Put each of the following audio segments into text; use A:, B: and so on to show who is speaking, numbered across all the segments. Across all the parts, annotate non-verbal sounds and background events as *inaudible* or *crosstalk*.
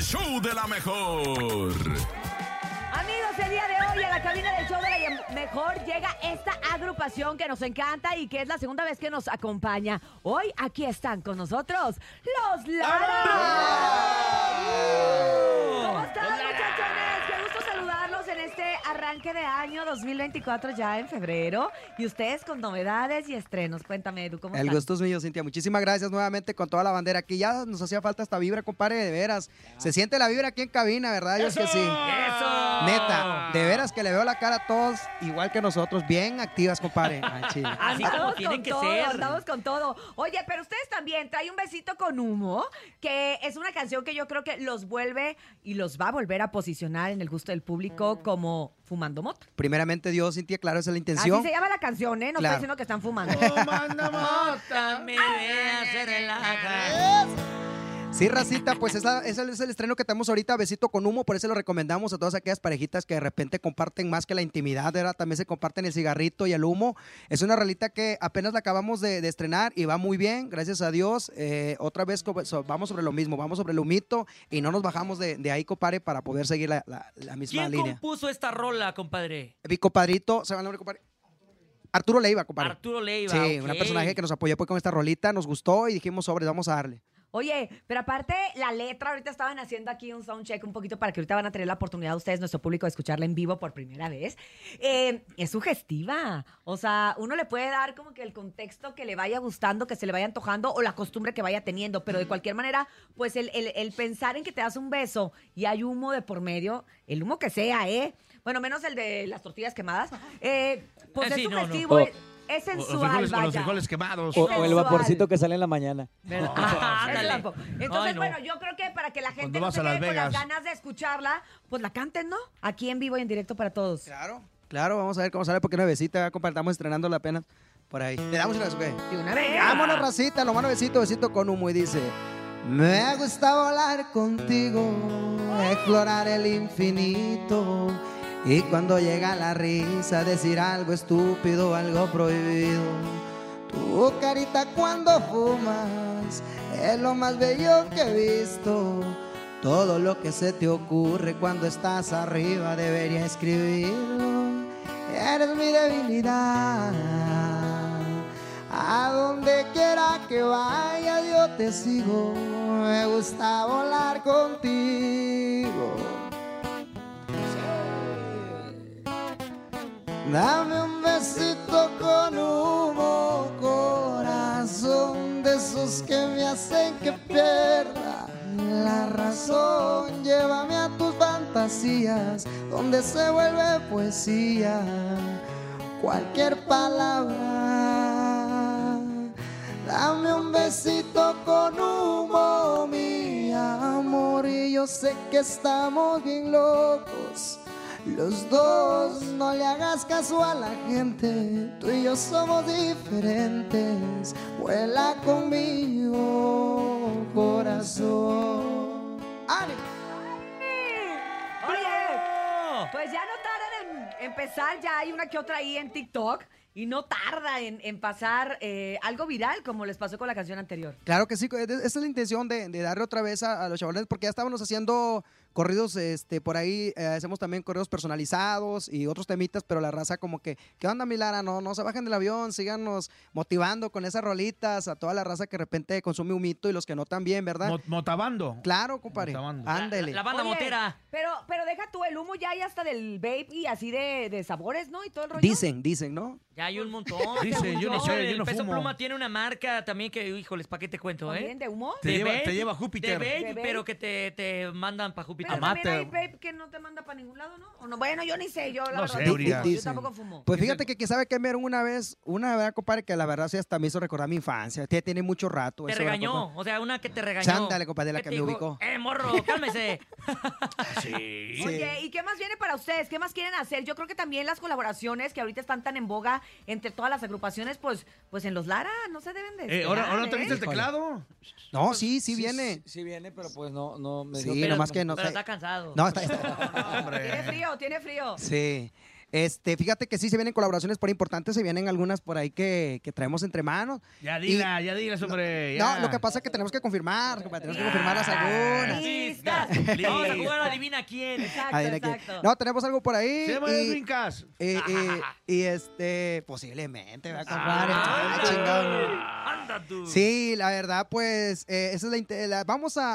A: show de la mejor.
B: Amigos, el día de hoy a la cabina del show de la mejor llega esta agrupación que nos encanta y que es la segunda vez que nos acompaña. Hoy aquí están con nosotros los Lara. ¿Cómo están, muchachones? Qué gusto saludarlos en este arranque de año 2024 ya en febrero y ustedes con novedades y estrenos. Cuéntame, Edu, ¿cómo
C: El
B: estás?
C: gusto es mío, Cintia. Muchísimas gracias nuevamente con toda la bandera aquí. Ya nos hacía falta esta vibra, compadre, de veras. Se siente la vibra aquí en cabina, ¿verdad? Yo es que sí.
D: ¡Eso!
C: Neta, de veras que le veo la cara a todos, igual que nosotros, bien
B: *laughs*
C: activas, compadre. Ay, chile.
D: Así
B: Andamos
D: como tienen
B: con
D: que
B: todo,
D: ser.
B: Andamos con todo. Oye, pero ustedes también trae un besito con humo, que es una canción que yo creo que los vuelve y los va a volver a posicionar en el gusto del público como fumando moto.
C: Primeramente, Dios, Cintia, claro, esa es la
B: Así
C: intención.
B: se llama la canción, ¿eh? No estoy
C: Claro.
B: diciendo que están fumando.
D: Me vea, se relaja.
C: Sí, Racita, pues esa- ese es el estreno que tenemos ahorita, Besito con Humo, por eso lo recomendamos a todas aquellas parejitas que de repente comparten más que la intimidad, ¿verdad? También se comparten el cigarrito y el humo. Es una realita que apenas la acabamos de, de estrenar y va muy bien, gracias a Dios. Eh, otra vez co- so- vamos sobre lo mismo, vamos sobre el humito y no nos bajamos de, de ahí, compadre, para poder seguir la, la- la misma
D: ¿Quién
C: línea.
D: compuso esta rola, compadre?
C: Mi compadrito, se va el nombre, compadre. Arturo Leiva, compadre.
D: Arturo Leiva.
C: Sí, una personaje que nos apoyó pues, con esta rolita, nos gustó y dijimos, sobre, vamos a darle.
B: Oye, pero aparte la letra, ahorita estaban haciendo aquí un soundcheck un poquito para que ahorita van a tener la oportunidad ustedes, nuestro público, de escucharla en vivo por primera vez. Eh, es sugestiva. O sea, uno le puede dar como que el contexto que le vaya gustando, que se le vaya antojando o la costumbre que vaya teniendo. Pero de cualquier manera, pues el, el- el pensar en que te das un beso y hay humo de por medio, el humo que sea, ¿eh? Bueno, menos el de las tortillas quemadas. eh, pues
D: Eh,
B: es
D: sí, no, no.
B: sugestivo,
E: O-
B: es, es
F: Oh. O-
B: sensual,
F: los frijoles, o los
B: vaya.
F: frijoles quemados.
E: O,
B: Es
E: o el
B: sensual.
E: vaporcito que sale en la mañana.
B: ¿Verdad? *laughs* Ah,
D: ándale.
B: ese tampoco. Entonces,
D: Ay, no.
B: bueno, yo creo que para que la gente
F: Cuando
B: no
F: vas
B: se
F: a Las
B: quede con las
F: Vegas.
B: ganas de escucharla, pues la canten, ¿no? Aquí en vivo y en directo para todos.
C: Claro. Pues, Claro, vamos a ver cómo sale porque nuevecita, compartamos estrenando la pena por ahí. Le damos una vez.
B: De una vez.
C: Vámonos, racita, lo más besito, besito con humo y dice, me gusta volar contigo, explorar el infinito y cuando llega la risa decir algo estúpido, algo prohibido. Tu carita cuando fumas es lo más bello que he visto. Todo lo que se te ocurre cuando estás arriba debería escribirlo. Eres mi debilidad. A donde quiera que vaya yo te sigo, me gusta volar contigo. Dame un besito con humo, corazón de esos que me hacen que pierda la razón. Llévame a tus fantasías, donde se vuelve poesía cualquier palabra. Dame un besito con humo, mi amor, y yo sé que estamos bien locos. Los dos, no le hagas caso a la gente, tú y yo somos diferentes. Vuela conmigo, corazón. ¡Ánimo!
B: Oye, pues ya no tardan en empezar, ya hay una que otra ahí en TikTok y no tarda en, en pasar eh, algo viral como les pasó con la canción anterior.
C: Claro que sí, co- esa es la intención de, de darle otra vez a, a los chavales, porque ya estábamos haciendo corridos este, por ahí, eh, hacemos también corridos personalizados y otros temitas, pero la raza como que, ¿qué onda mi Lara? No, no se bajen del avión, síganos motivando con esas rolitas a toda la raza que de repente consume humito y los que no también, ¿verdad?
F: Mo- Motabando.
C: claro, compadre,
F: Motabando.
C: ándele.
D: La banda
B: Oye,
D: motera.
B: Pero, pero deja tú el humo ya y hasta del vape y así de, de sabores, ¿no? Y todo el rollo.
C: Dicen, dicen, ¿no?
D: Ya hay un montón.
F: Dice,
D: según
F: yo no sé, yo
D: el
F: no
D: Peso
F: fumo.
D: Pluma tiene una marca también que, híjoles, ¿para qué te cuento,
B: ¿También
D: eh?
B: de humo?
F: Te
D: De
F: lleva-
D: vape,
F: te lleva a Júpiter.
D: De vape,
B: De vape.
D: pero que te, te mandan para Júpiter.
B: Pero también hay
F: Amate.
B: vape que no te manda para ningún lado, ¿no? O no bueno, yo ni sé, yo la
F: No
B: verdad
F: sé,
B: no
F: Urias.
B: fumo, yo
C: Dicen.
B: tampoco fumo.
C: Pues fíjate que, que sabe que me dieron una vez, una verdad, compadre, que la verdad sí hasta me hizo recordar mi infancia, ya tiene mucho rato.
F: pues,
D: Te
C: eso, ¿verdad,
D: regañó,
C: compadre?
D: o sea, una que te regañó.
C: Sándale, compadre, la que
D: te
C: me
D: dijo,
C: ubicó.
D: ¡Eh, morro, cálmese!
F: Ah, Sí.
B: Oye, ¿y qué más viene para ustedes? ¿Qué más quieren hacer? Yo creo que también las colaboraciones que ahorita están tan en boga entre todas las agrupaciones, pues, pues en los Lara no se deben de.
F: Eh, ahora,
B: esperar,
F: ahora te
B: ¿eh?
F: viste el teclado.
C: No, sí, sí viene.
E: Sí, sí viene, pero pues no, no me
C: Sí,
D: Pero-
C: nomás que no
D: Pero
C: sé.
D: está cansado.
C: No, está, está-
B: Tiene
F: Hombre.
B: frío, tiene frío.
C: Sí. Este, fíjate que sí se vienen colaboraciones por ahí importantes, se vienen algunas por ahí que, que traemos entre manos.
F: Ya dila, ya dila, hombre. ya. *laughs*
C: No, lo que pasa es que tenemos que confirmar, compadre, tenemos que confirmar las algunas. *laughs*
D: Artistas, Vamos a jugar adivina quién.
B: Exacto,
C: Adivina quién.
B: exacto.
C: No, tenemos algo por ahí.
F: Se llama
C: y-
F: Edwin Cass.
C: y, y- y, este, posiblemente, va a comprar.
D: Ah,
C: Ah, chingado, no.
D: Anda tú.
C: Sí, la verdad, pues, eh, esa es la, inte- la- vamos a, a-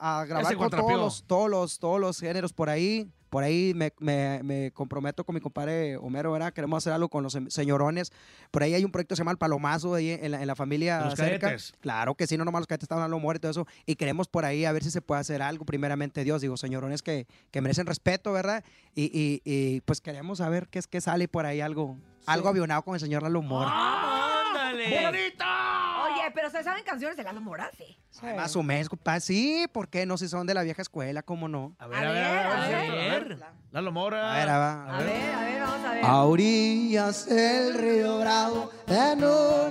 C: a- a grabar
F: Ese
C: con todos
F: cuatrapeó.
C: los, todos los, todos los géneros por ahí. Por ahí me, me- me comprometo con mi compadre Homero, ¿verdad? Queremos hacer algo con los se- señorones. Por ahí hay un proyecto que se llama El Palomazo ahí en la, en la familia
F: Los
C: cerca.
F: cadetes.
C: Claro que sí, no nomás los cadetes estaban hablando muerto y todo eso. Y queremos por ahí a ver si se puede hacer algo, primeramente Dios. Digo, señorones que, que merecen respeto, ¿verdad? Y, y- y, pues queremos saber qué es que sale por ahí algo, algo avionado con el señor Lalo Mora.
D: Ah, ándale.
B: Oye, pero ¿se saben canciones de Lalo Mora? Sí.
C: Ay, Más o menos, compadre. Sí, ¿por qué no? Si son de la vieja escuela, ¿cómo no?
F: A ver, a ver, a ver.
D: a
F: a ver,
D: ver.
F: a ver. Lalo Mora.
C: A ver, a ver,
B: A ver, a ver, vamos a ver.
C: A orillas del río Bravo, en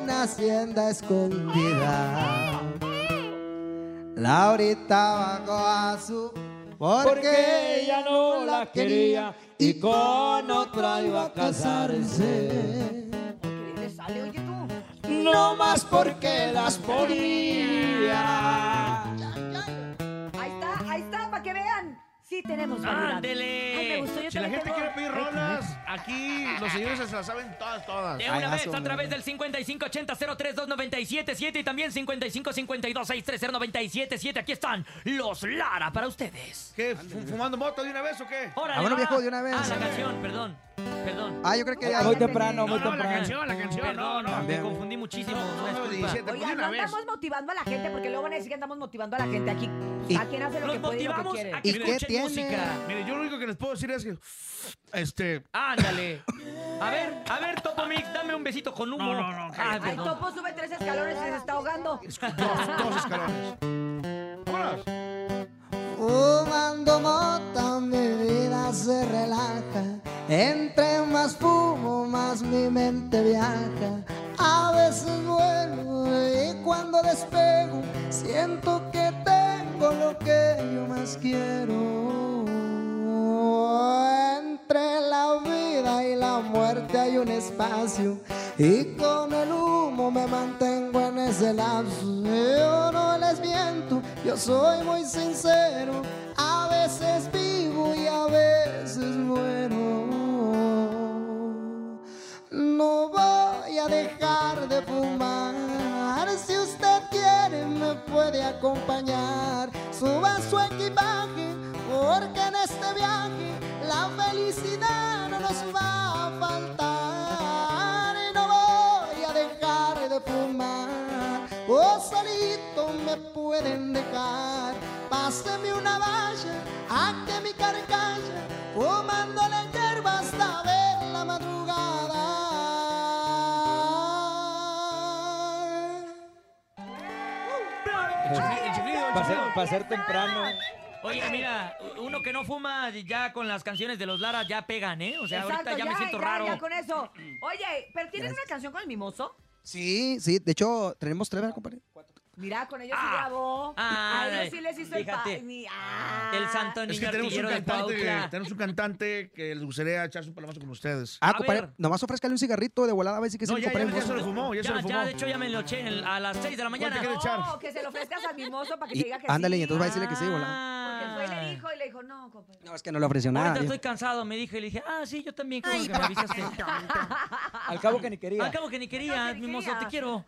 C: una hacienda escondida. Laurita bajó a su
E: Porque ella no la quería y con otra iba a casarse.
B: ¿Qué le sale, oye tú?
E: No más porque las ponía.
B: Ahí está, ahí está, para que vean. Sí tenemos variedad.
D: Ándele.
B: Ay, me gustó, yo
F: Si la
B: también
F: gente
B: tengo.
F: quiere pedir rolas, aquí los señores se las saben todas, todas.
D: De una
C: Ay,
D: vez
C: gaso,
D: a través
C: güey.
D: del 5580-032977 y también 5552-630977. Aquí están los Lara para ustedes.
F: ¿Qué? fu- ¿Fumando moto de una vez o qué?
D: Órale,
C: Vámonos,
D: va.
C: viejo, de una vez.
D: Ah, la canción, perdón. Perdón.
C: Ah, yo creo que ya.
E: Muy temprano, muy
F: No, no, la
E: temprano.
F: canción, la canción. No,
D: Perdón,
F: no.
D: me
C: También.
D: confundí muchísimo.
F: No,
D: una
F: no,
D: disculpa.
F: 17. Te
B: Oigan,
F: puse
B: no
F: una vez.
B: estamos motivando a la gente porque luego van a decir que andamos motivando a la gente aquí. ¿A quien hace lo que
D: Los
B: puede y lo que
D: motivamos
B: quiere?
D: a que
C: ¿Y qué
D: escuchen
C: tiene?
D: música.
F: Mire, yo lo único que les puedo decir es que. Este.
D: Ándale. A ver, a ver, Topo Mix, dame un besito con humo.
F: No, no, no,
D: Ah,
F: cállate.
B: Ay,
D: perdón.
B: Topo sube tres escalones y se está ahogando.
F: Dos, dos escalones. Vámonos.
C: Fumando mota mi vida se relaja. Entre más fumo, más mi mente viaja. A veces vuelo y cuando despego, siento que tengo lo que yo más quiero. Entre la vida y la muerte hay un espacio. Y con el humo me mantengo en ese lapso. Yo no les miento, yo soy muy sincero. A veces vivo y a veces muero. No voy a dejar de fumar. Si usted quiere, me puede acompañar. Suba su equipaje, porque en este viaje la felicidad no nos va a faltar. Y no voy a dejar de fumar. O solito me pueden dejar. Páseme una valla, ante mi carcalla, fumando la hierba hasta ver la madrugada.
F: El chiflido, el
E: Para ser,
F: chiflido.
E: pa' ser temprano.
D: Oye, mira, uno que no fuma ya con las canciones de los Lara ya pegan, ¿eh? O sea, ahorita ya, me siento raro.
B: ya con eso. Oye, pero tienen una canción con el mimoso.
C: Sí, sí, de hecho, tenemos tres, ¿verdad, compadre?
B: Mira, con ellos
D: Ah,
B: sí grabó.
D: ah,
B: a ellos sí les hizo
D: fíjate.
B: el pa. ni- ah.
D: El santo
F: Es
D: niño
F: que tenemos un,
D: artillero de
F: cantante,
D: Pautla.
F: tenemos un cantante que les gustaría echarse un palomazo con ustedes.
C: Ah,
D: A
C: compadre,
D: ver.
C: nomás ofrézcale un cigarrito de volada, a ver si que sí
F: No,
C: lo
F: ya, ya, ya
C: compremos.
F: se lo fumó, ya se
D: Ya,
F: lo
D: ya, de
F: fumó.
D: hecho ya me lo eché en- a las 6 de la mañana.
F: ¿Cuánto quiere echar?
B: No, que se lo ofrezcas al mimoso para que
C: Y-
B: te diga que
C: ándale,
B: sí.
C: y entonces Pues va a decirle que sí, volada.
B: Porque fue
D: Ah.
B: y le dijo y le dijo, no, compadre.
C: No, es que no le ofreció
D: Ahorita
C: nada.
D: estoy cansado, me dijo y le dije, ah, sí, yo también, como que me
B: *laughs*
D: avisaste.
E: Al cabo que ni quería.
D: Al cabo que ni
B: No,
D: querías,
B: que ni
D: mimoso,
B: quería.
D: te quiero.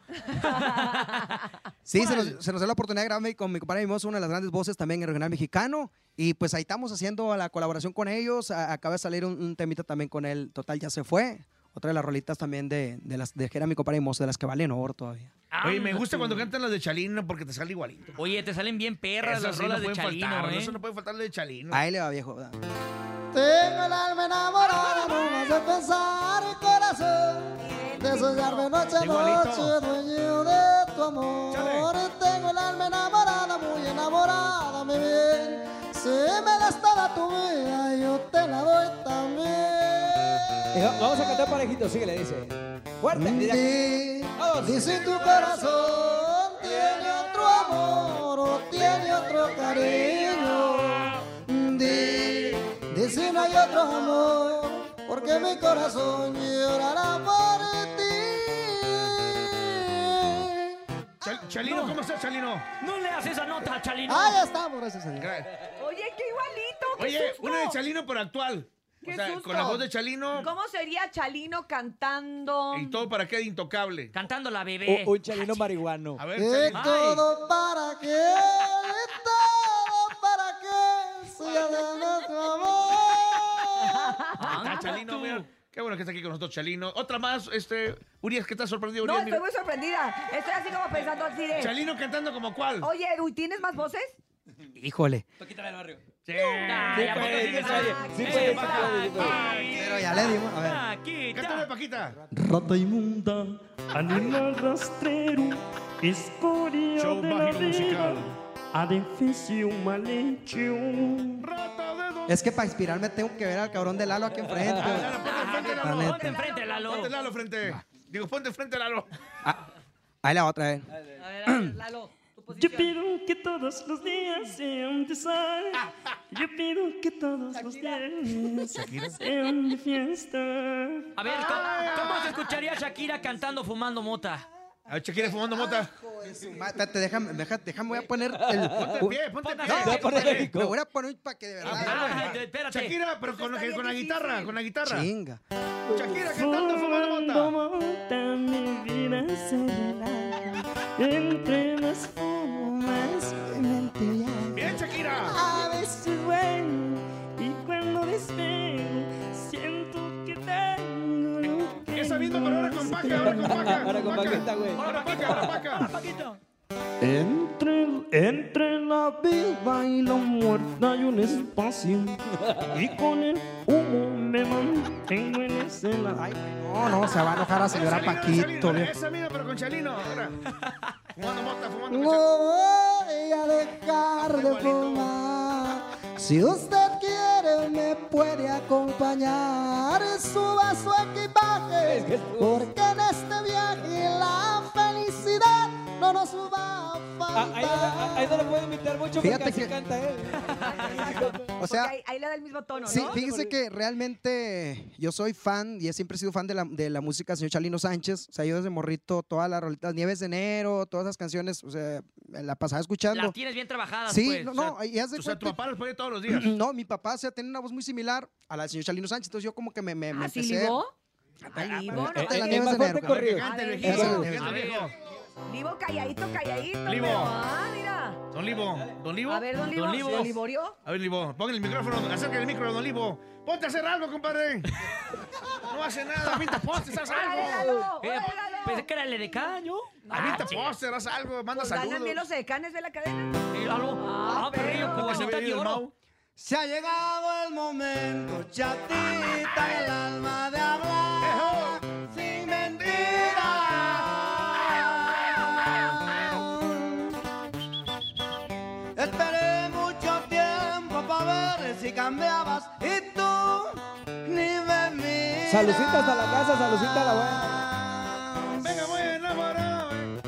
C: Sí, se nos, se nos dio la oportunidad de grabarme con mi compadre Mimoso, una de las grandes voces también en el regional mexicano. Y pues ahí estamos haciendo la colaboración con ellos. A- acaba de salir un, un temita también con él. Total, ya se fue. Otra de las rolitas también de, de las de que era mi compadre Mimoso, de las que valen oro todavía.
F: Oye, me
D: Anda
F: gusta
D: Ah, tú.
F: cuando cantan las de Chalino porque te sale igualito.
D: Oye, te salen bien perras
F: Eso
D: las
F: sí
D: rolas de
F: pueden
D: Chalino,
F: faltar,
D: ¿eh?
F: Eso no puede faltar la de Chalino.
C: Ahí le va, viejo. Tengo el alma enamorada, no más de pensar el corazón. De soñarme noche a
F: Igualito.
C: noche, dueño de tu amor.
F: Chale.
C: Tengo el alma enamorada, muy enamorada, mi bien. Si e me das toda tu vida, yo te la doy
E: Eh,
C: también.
E: Vamos a cantar parejito, sí que le dice. Fuerte.
C: Mm.
E: mira.
C: Di-
E: Vamos.
C: Dice tu corazón tiene otro amor o tiene otro cariño. Di- Dice no hay otro amor porque mi corazón llorará por ti.
F: Chal- Chalino,
D: No.
F: ¿cómo estás, Chalino?
D: No le haces esa nota, Chalino.
F: Ah.
C: Ahí estamos, gracias a Dios.
F: Gra-
B: Oye, qué igualito. qué
F: Oye,
B: susto.
F: una de Chalino, pero actual.
B: Qué
F: o sea,
B: susto.
F: con la voz de Chalino
B: ¿Cómo sería Chalino cantando?
F: y todo para qué de intocable.
D: Cantando la bebé.
E: Un, un chalino marihuano.
F: A ver,
C: Que
F: Chalino.
C: todo para que, todo para que sea de nuestro amor.
D: Ah,
F: Ahí está, Chalino, mira. Qué bueno que está aquí con nosotros, Chalino. Otra más, este. Urias, ¿qué estás sorprendido,
B: no,
F: Urias?
B: estoy muy
F: Mira,
B: sorprendida. Estoy así como pensando así de.
F: Chalino cantando como cuál.
B: Oye, Edu, ¿tienes más voces?
C: Híjole.
F: Sí.
D: Ay, ¿a poco
E: puedes,
D: tienes
E: sí
D: ahí?
E: puedes, sí
D: Eh,
E: puedes, sí
D: Paquita,
E: puedes, sí puedes.
C: Pero ya le dimos, a ver.
D: Paquita.
F: Cántame, Paquita.
G: Rata inmunda, animal rastrero, escoria
F: Show
G: de la
F: mágico
G: vida,
F: musical.
G: adefesio mal hecho.
C: Es que para inspirarme tengo que ver al cabrón de Lalo aquí enfrente.
F: Lalo, ponte enfrente,
C: La
F: Lalo.
C: neta.
D: Ponte enfrente, Lalo.
F: Ponte Lalo frente. Digo, ponte frente, Lalo.
C: Ahí la otra vez.
B: A ver, a ver, Lalo, tu
G: Yo
B: posición.
G: pido que todos los días sean de sal. Yo pido que todos los
F: *laughs*
G: días sean de fiesta.
D: A ver, ¿cómo, cómo se escucharía Shakira cantando fumando mota?
F: A ver, Shakira fumando mota.
C: Espérate, déjame, deja- déjame, voy a poner el.
F: Ponte de pie, ponte
D: Ponte
F: de pie.
D: de pie,
E: ponte de pie.
C: Me voy a poner para que de verdad.
D: Ah, espérate.
F: Shakira, pero con, con la guitarra, con la guitarra.
C: Chinga.
F: Shakira cantando fumando mota.
G: mota, mi vida se relaja. Entre más fumas, mi mente viaja.
F: Bien, Shakira.
G: A veces bueno y cuando despego siento que tengo lo que
F: Esa misma, pero ahora con Paca, ahora con Paca.
E: Ahora con Paquita, güey.
F: Ahora Paca, ahora Paca.
G: entre, entre la vida y la muerte hay un espacio y con el humo me mantengo en escena.
C: Ay, no, no, se va a enojar la señora
F: Chalino,
C: Paquito.
F: Chalino,
C: viejo.
F: Esa misma, pero con Chalino. Ahora. Fumando mota, fumando
C: No
F: mota.
C: voy a dejar de fumar. Si usted quiere, me puede acompañar. Suba su equipaje, porque en este viaje la felicidad no nos va a
E: Ah, ahí,
C: faltar.
E: ahí- ahí no lo puedo imitar mucho
C: Fíjate
E: porque
C: que-
E: así canta él.
C: O
B: Porque ahí, ahí le da el mismo tono,
C: Sí,
B: ¿no?
C: fíjese que realmente yo soy fan y he siempre sido fan de la, de la música del señor Chalino Sánchez. O sea, yo desde morrito, todas las rolitas, Nieves de Enero, todas esas canciones, o sea, la pasaba
D: Las
C: escuchando.
D: tienes bien trabajadas,
C: Sí,
D: pues.
C: no,
D: O sea,
C: no, y haz de
F: O sea, tu
C: cuenta-
F: papá los pone todos los días.
C: No, mi papá, o sea, tenía una voz muy similar a la del señor Chalino Sánchez. Entonces yo como que me, me, me
B: Ah, ¿sí
C: empecé-
B: ligó?
C: Ah,
B: Ay, eh,
C: bueno,
B: bueno,
C: te la
B: ay,
C: nieves
E: Eh, más
C: de enero.
E: fuerte corrido.
F: Que cante el
B: A ver,
F: viejito, que
C: Libo.
F: cante el Ah, viejo.
B: Livo calladito, calladito.
F: Livo.
B: pero, Ah, mira.
F: Don Libo, Don Libo.
B: A ver, don Livo.
D: Don Livo.
B: Don Liborio.
F: A ver, Libo, pon el micrófono, acerca el micro, Don Libo. Ponte a hacer algo, compadre. No hace nada, pinta póster, haz
B: ¡Órale,
F: algo.
B: Lalo!
D: eh,
B: órale, Lalo!
D: pensé que era el de caño. Ah,
F: Pinta póster, haz algo, manda
B: Pues ganan bien los
F: saludos.
B: decanes de la cadena.
D: Míralo. Ah, perrillo,
B: perro.
D: con
F: Se
D: casita
F: había
D: de
F: ido el
D: oro.
F: Mau.
C: Se ha llegado el momento,
E: Ah,
C: chatita, el alma de hablar sin mentiras. Esperé mucho tiempo para ver si cambiabas y tú ni me miras.
E: Salucita hasta la casa, salucita a la buena.
F: Venga, voy enamorado. eh.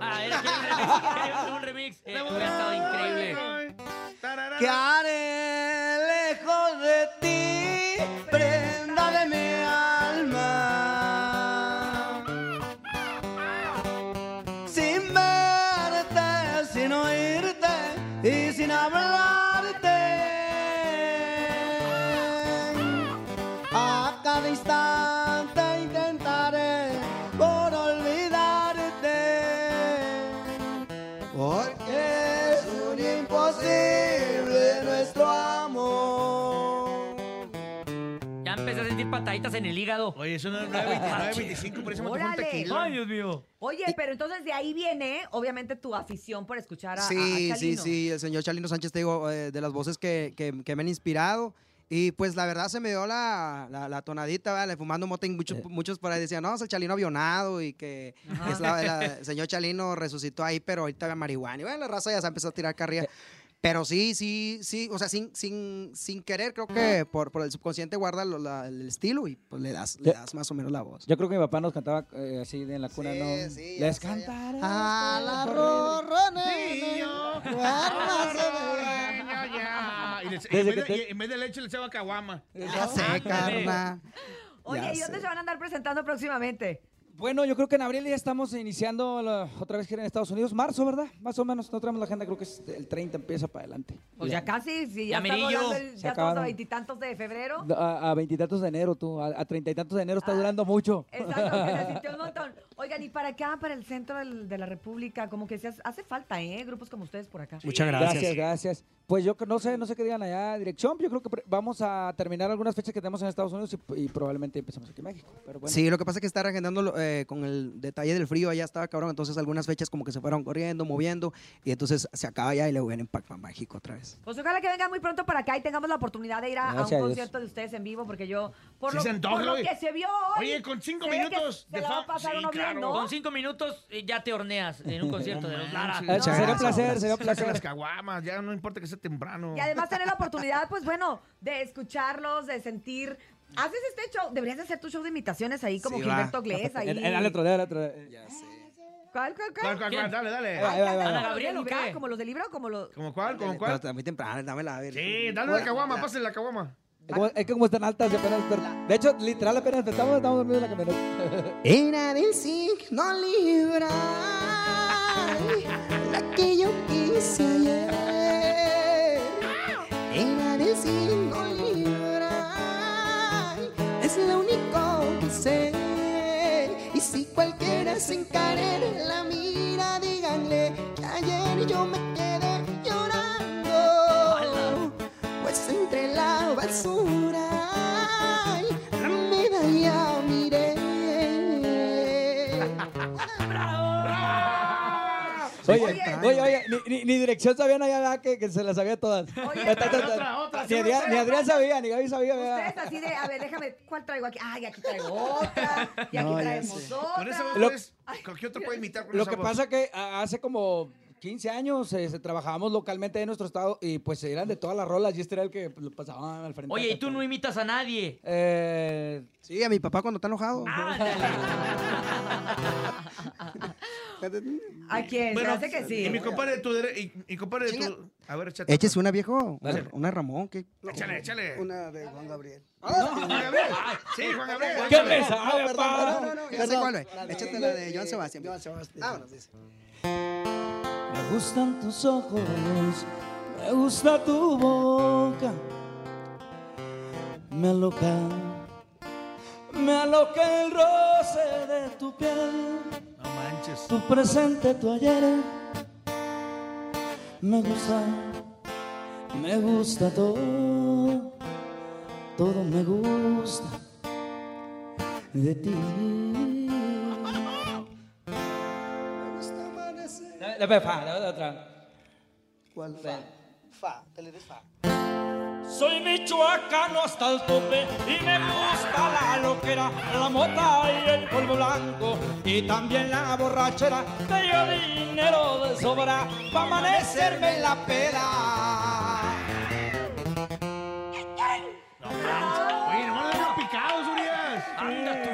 D: Ah, era que era un remix. era un remix. Eh, hubiera estado increíble.
F: Tararara.
C: que haré lejos de ti, prenda de mi alma. Sin verte, sin oírte y sin hablarte. A cada instante intentaré por olvidarte. Porque es un imposible nuestro amor.
D: Ya empecé a sentir pataditas en el hígado.
F: Oye, eso no es 929, 25, por eso me tomo un
B: Órale.
F: tequila.
D: Ay, Dios mío.
B: Oye, pero entonces de ahí viene, obviamente, tu afición por escuchar a, a-
C: Sí,
B: a
C: sí,
B: Chalino.
C: sí, el señor Chalino Sánchez, te digo, eh, de las voces que, que- que me han inspirado. Y pues la verdad se me dio la, la, la tonadita, ¿verdad? Le fumando mote y muchos, muchos por ahí decían, no, es el Chalino avionado y que es
B: *laughs*
C: la- la- el señor Chalino resucitó ahí, pero ahorita era marihuana. Y bueno, la raza ya se empezó a tirar carrilla. Pero sí, sí, sí, o sea, sin, sin, sin querer, creo que por, por el subconsciente guarda lo- la- el estilo y pues le das, le das más o menos la voz.
E: Yo creo que mi papá nos cantaba eh, así de en la cuna,
C: Sí,
E: ¿no?
C: sí, ya
E: Les
C: sabía.
E: cantaré.
C: A la
E: corrido.
C: rorra,
F: Niño,
C: nene,
F: ahora,
C: duermas en el-
F: ya, ya. Y les- y
E: Desde
F: en vez
E: que
F: de-
E: te-
F: y en vez de leche le echaba caguama.
C: Ya sé, carnal.
B: Oye,
C: Ya
B: ¿y dónde
C: sé.
B: se van a andar presentando próximamente?
E: Bueno, yo creo que en abril ya estamos iniciando la- otra vez gira en Estados Unidos. Marzo, ¿verdad? Más o menos. No traemos la agenda, creo que es este, el 30 empieza para adelante.
B: Pues ya casi, sí, ya,
D: Ya
B: estamos
D: mirillo.
B: hablando del-
E: Se
B: ya estamos a
E: acabaron.
B: veintitantos de febrero.
E: A a veintitantos de enero, tú. A a treinta y tantos de enero está durando mucho.
B: Exacto, que se sintió un montón. Oigan, y para acá, para el centro del- de la República, como que se hace, hace falta, ¿eh? Grupos como ustedes por acá.
H: Muchas gracias.
E: Gracias, gracias. Pues yo que- no sé, no sé qué digan allá, dirección. Yo creo que pre- vamos a terminar algunas fechas que tenemos en Estados Unidos y, y probablemente empecemos aquí en México. Pero bueno.
C: Sí, lo que pasa es que está agendando eh, con el detalle del frío, allá estaba cabrón, entonces algunas fechas como que se fueron corriendo, moviendo, y entonces se acaba ya y luego vienen para México otra vez.
B: Pues ojalá que vengan muy pronto para acá y tengamos la oportunidad de ir a, a
E: Gracias a
B: un
E: Dios.
B: concierto de ustedes en vivo, porque yo, por,
F: Sí
B: lo,
F: se antoja,
B: por lo
F: oye.
B: que se vio hoy.
F: Oye, con cinco
B: se ve que
F: minutos
B: se
F: de
B: la va a
F: fama.
B: pasar
F: Sí,
B: uno bien,
F: claro.
B: ¿no?
D: Con cinco minutos eh, ya te horneas en un concierto de los Lara.
E: Eh,
C: Muchas
E: sería un
C: gracias.
E: placer, sería un
F: Saca las
E: placer.
F: caguamas, ya no importa que sea temprano.
B: Y además tener la oportunidad, pues bueno, de escucharlos, de sentir. Haces este show, deberías de hacer tu show de imitaciones ahí, como
C: Sí, va.
B: Gilberto Glés, ahí.
E: En- en- Al otro, al otro.
B: ¿Cuál, cuál,
F: ¿Cuál,
B: cuál?
F: cuál, cuál? Dale, dale.
E: Ahí va, ahí va, ahí
B: ¿Como
E: va.
B: los de
D: Gabriel o
B: Libra?
D: qué?
B: ¿Como los de Libra o como los.?
F: ¿Cómo cuál? ¿Cómo
C: Pero
F: cuál?
C: está muy temprano, dámela a ver.
F: Sí, dale la caguama, pásale la caguama.
E: Como- Es que como están altas, y apenas. desper- De hecho, literal, apenas estamos, estamos dormidos en la camioneta.
C: Era del signo Libra La que yo quise ayer Era del signo Libra Es lo único que sé Y si cualquiera se encare la mira Díganle que ayer yo me quedé llorando Pues entre la basura La medalla miré
E: Oye,
B: Oye.
E: oye, oye, ni, ni- ni dirección sabían allá ¿verdad? que, que se las sabía todas.
B: Oye,
E: Ta, ta, ta, ta.
F: otra, otra,
E: Ni
F: sí,
E: Adrián,
F: otra.
E: ni Adrián sabía, ni Gaby sabía. ¿verdad?
B: Ustedes así de, a ver, déjame, ¿cuál traigo aquí? Ay, aquí traigo otra, y aquí
E: No, ya
B: traemos
E: sé.
B: otra.
F: Con esa voz,
E: Lo-
F: puedes- ¿con ¿qué otro puede imitar? con
E: Lo
F: esa
E: que
F: voz?
E: pasa que a- hace como 15 años eh, se trabajábamos localmente en nuestro estado y pues eran de todas las rolas y este era el que lo pasaban al frente.
D: Oye, y tú no imitas a nadie.
E: Eh,
C: Sí, Ah, a mi papá cuando está enojado.
B: ¿A quién?
F: Bueno,
B: Se hace que sí.
F: Y mi compadre de tu dere- y, y compadre de tu. A ver, échate.
C: Eches una viejo, una,
F: Dale.
C: una Ramón. Que...
F: Échale, échale.
C: Una de Juan Gabriel.
F: Juan Gabriel. Sí, Ah, Juan Gabriel.
E: ¿Qué
F: Échale.
E: pesa?
C: Ah, perdón,
E: papá?
C: no, no, no, ya sé cuál es. Échate la de Joan Sebastián. Joan Sebastián. Vámonos, dice.
E: Me gustan tus ojos, me gusta tu boca. Me aloca, me aloca el roce de tu piel,
F: No manches.
E: tu presente, tu ayer. Me gusta, me gusta todo, todo me gusta de ti.
C: Me gusta amanecer.
E: La pepa, la otra.
C: ¿Cuál? Fa. Fa, te le des fa.
G: Soy michoacano hasta el tope y me gusta la loquera, la mota y el polvo blanco y también la borrachera. Tengo dinero de sobra para amanecerme en la peda.
F: Oye, nomás de los picados, Urias. Anda tú.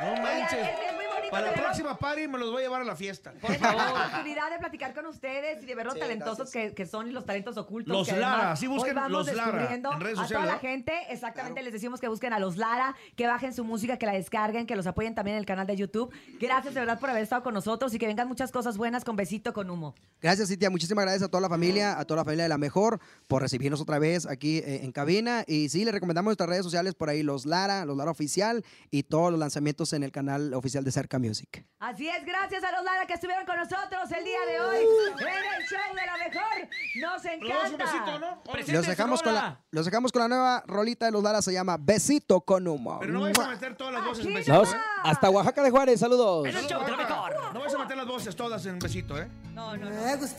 F: No
B: Oigan, es-
F: manches.
B: es muy bonito
F: Para la
B: tenerlos-
F: próxima party me los voy a llevar a la fiesta.
B: Tener la oportunidad de platicar con ustedes y de ver los talentosos que, que son y los talentos ocultos.
F: Los
B: que además
F: Lara, sí, busquen
B: hoy vamos
F: los Lara
B: descubriendo
F: en redes
B: A toda
F: sociales,
B: la
F: ¿no?
B: gente, exactamente, les decimos que busquen a los Lara, que bajen su música, que la descarguen, que los apoyen también en el canal de YouTube. Gracias de verdad por haber estado con nosotros y que vengan muchas cosas buenas con besito, con humo.
C: Gracias, Cintia. Muchísimas gracias a toda la familia, a toda la familia de la mejor, por recibirnos otra vez aquí eh, en cabina. Y sí, les recomendamos nuestras redes sociales por ahí, los Lara, los Lara Oficial y todos los lanzamientos en el canal oficial de Cerca Music.
B: Así es, gracias a los Lara que estuvieron con nosotros el día de hoy en el show de la mejor. Nos
F: Uh. Nos damos un
B: encanta.
F: besito, ¿no?
C: Los dejamos, con la,
D: Rola.
C: los dejamos con la nueva rolita de los Lara, se llama Besito con Humo.
F: Pero no vayas a
C: ¡Mua!
F: meter todas las voces en
B: Aquí
F: besito.
B: no.
F: ¿eh?
E: Hasta Oaxaca de Juárez, saludos.
D: Es el show de la mejor.
F: No vayas a meter las voces todas en un besito, ¿eh?
B: No, no, no.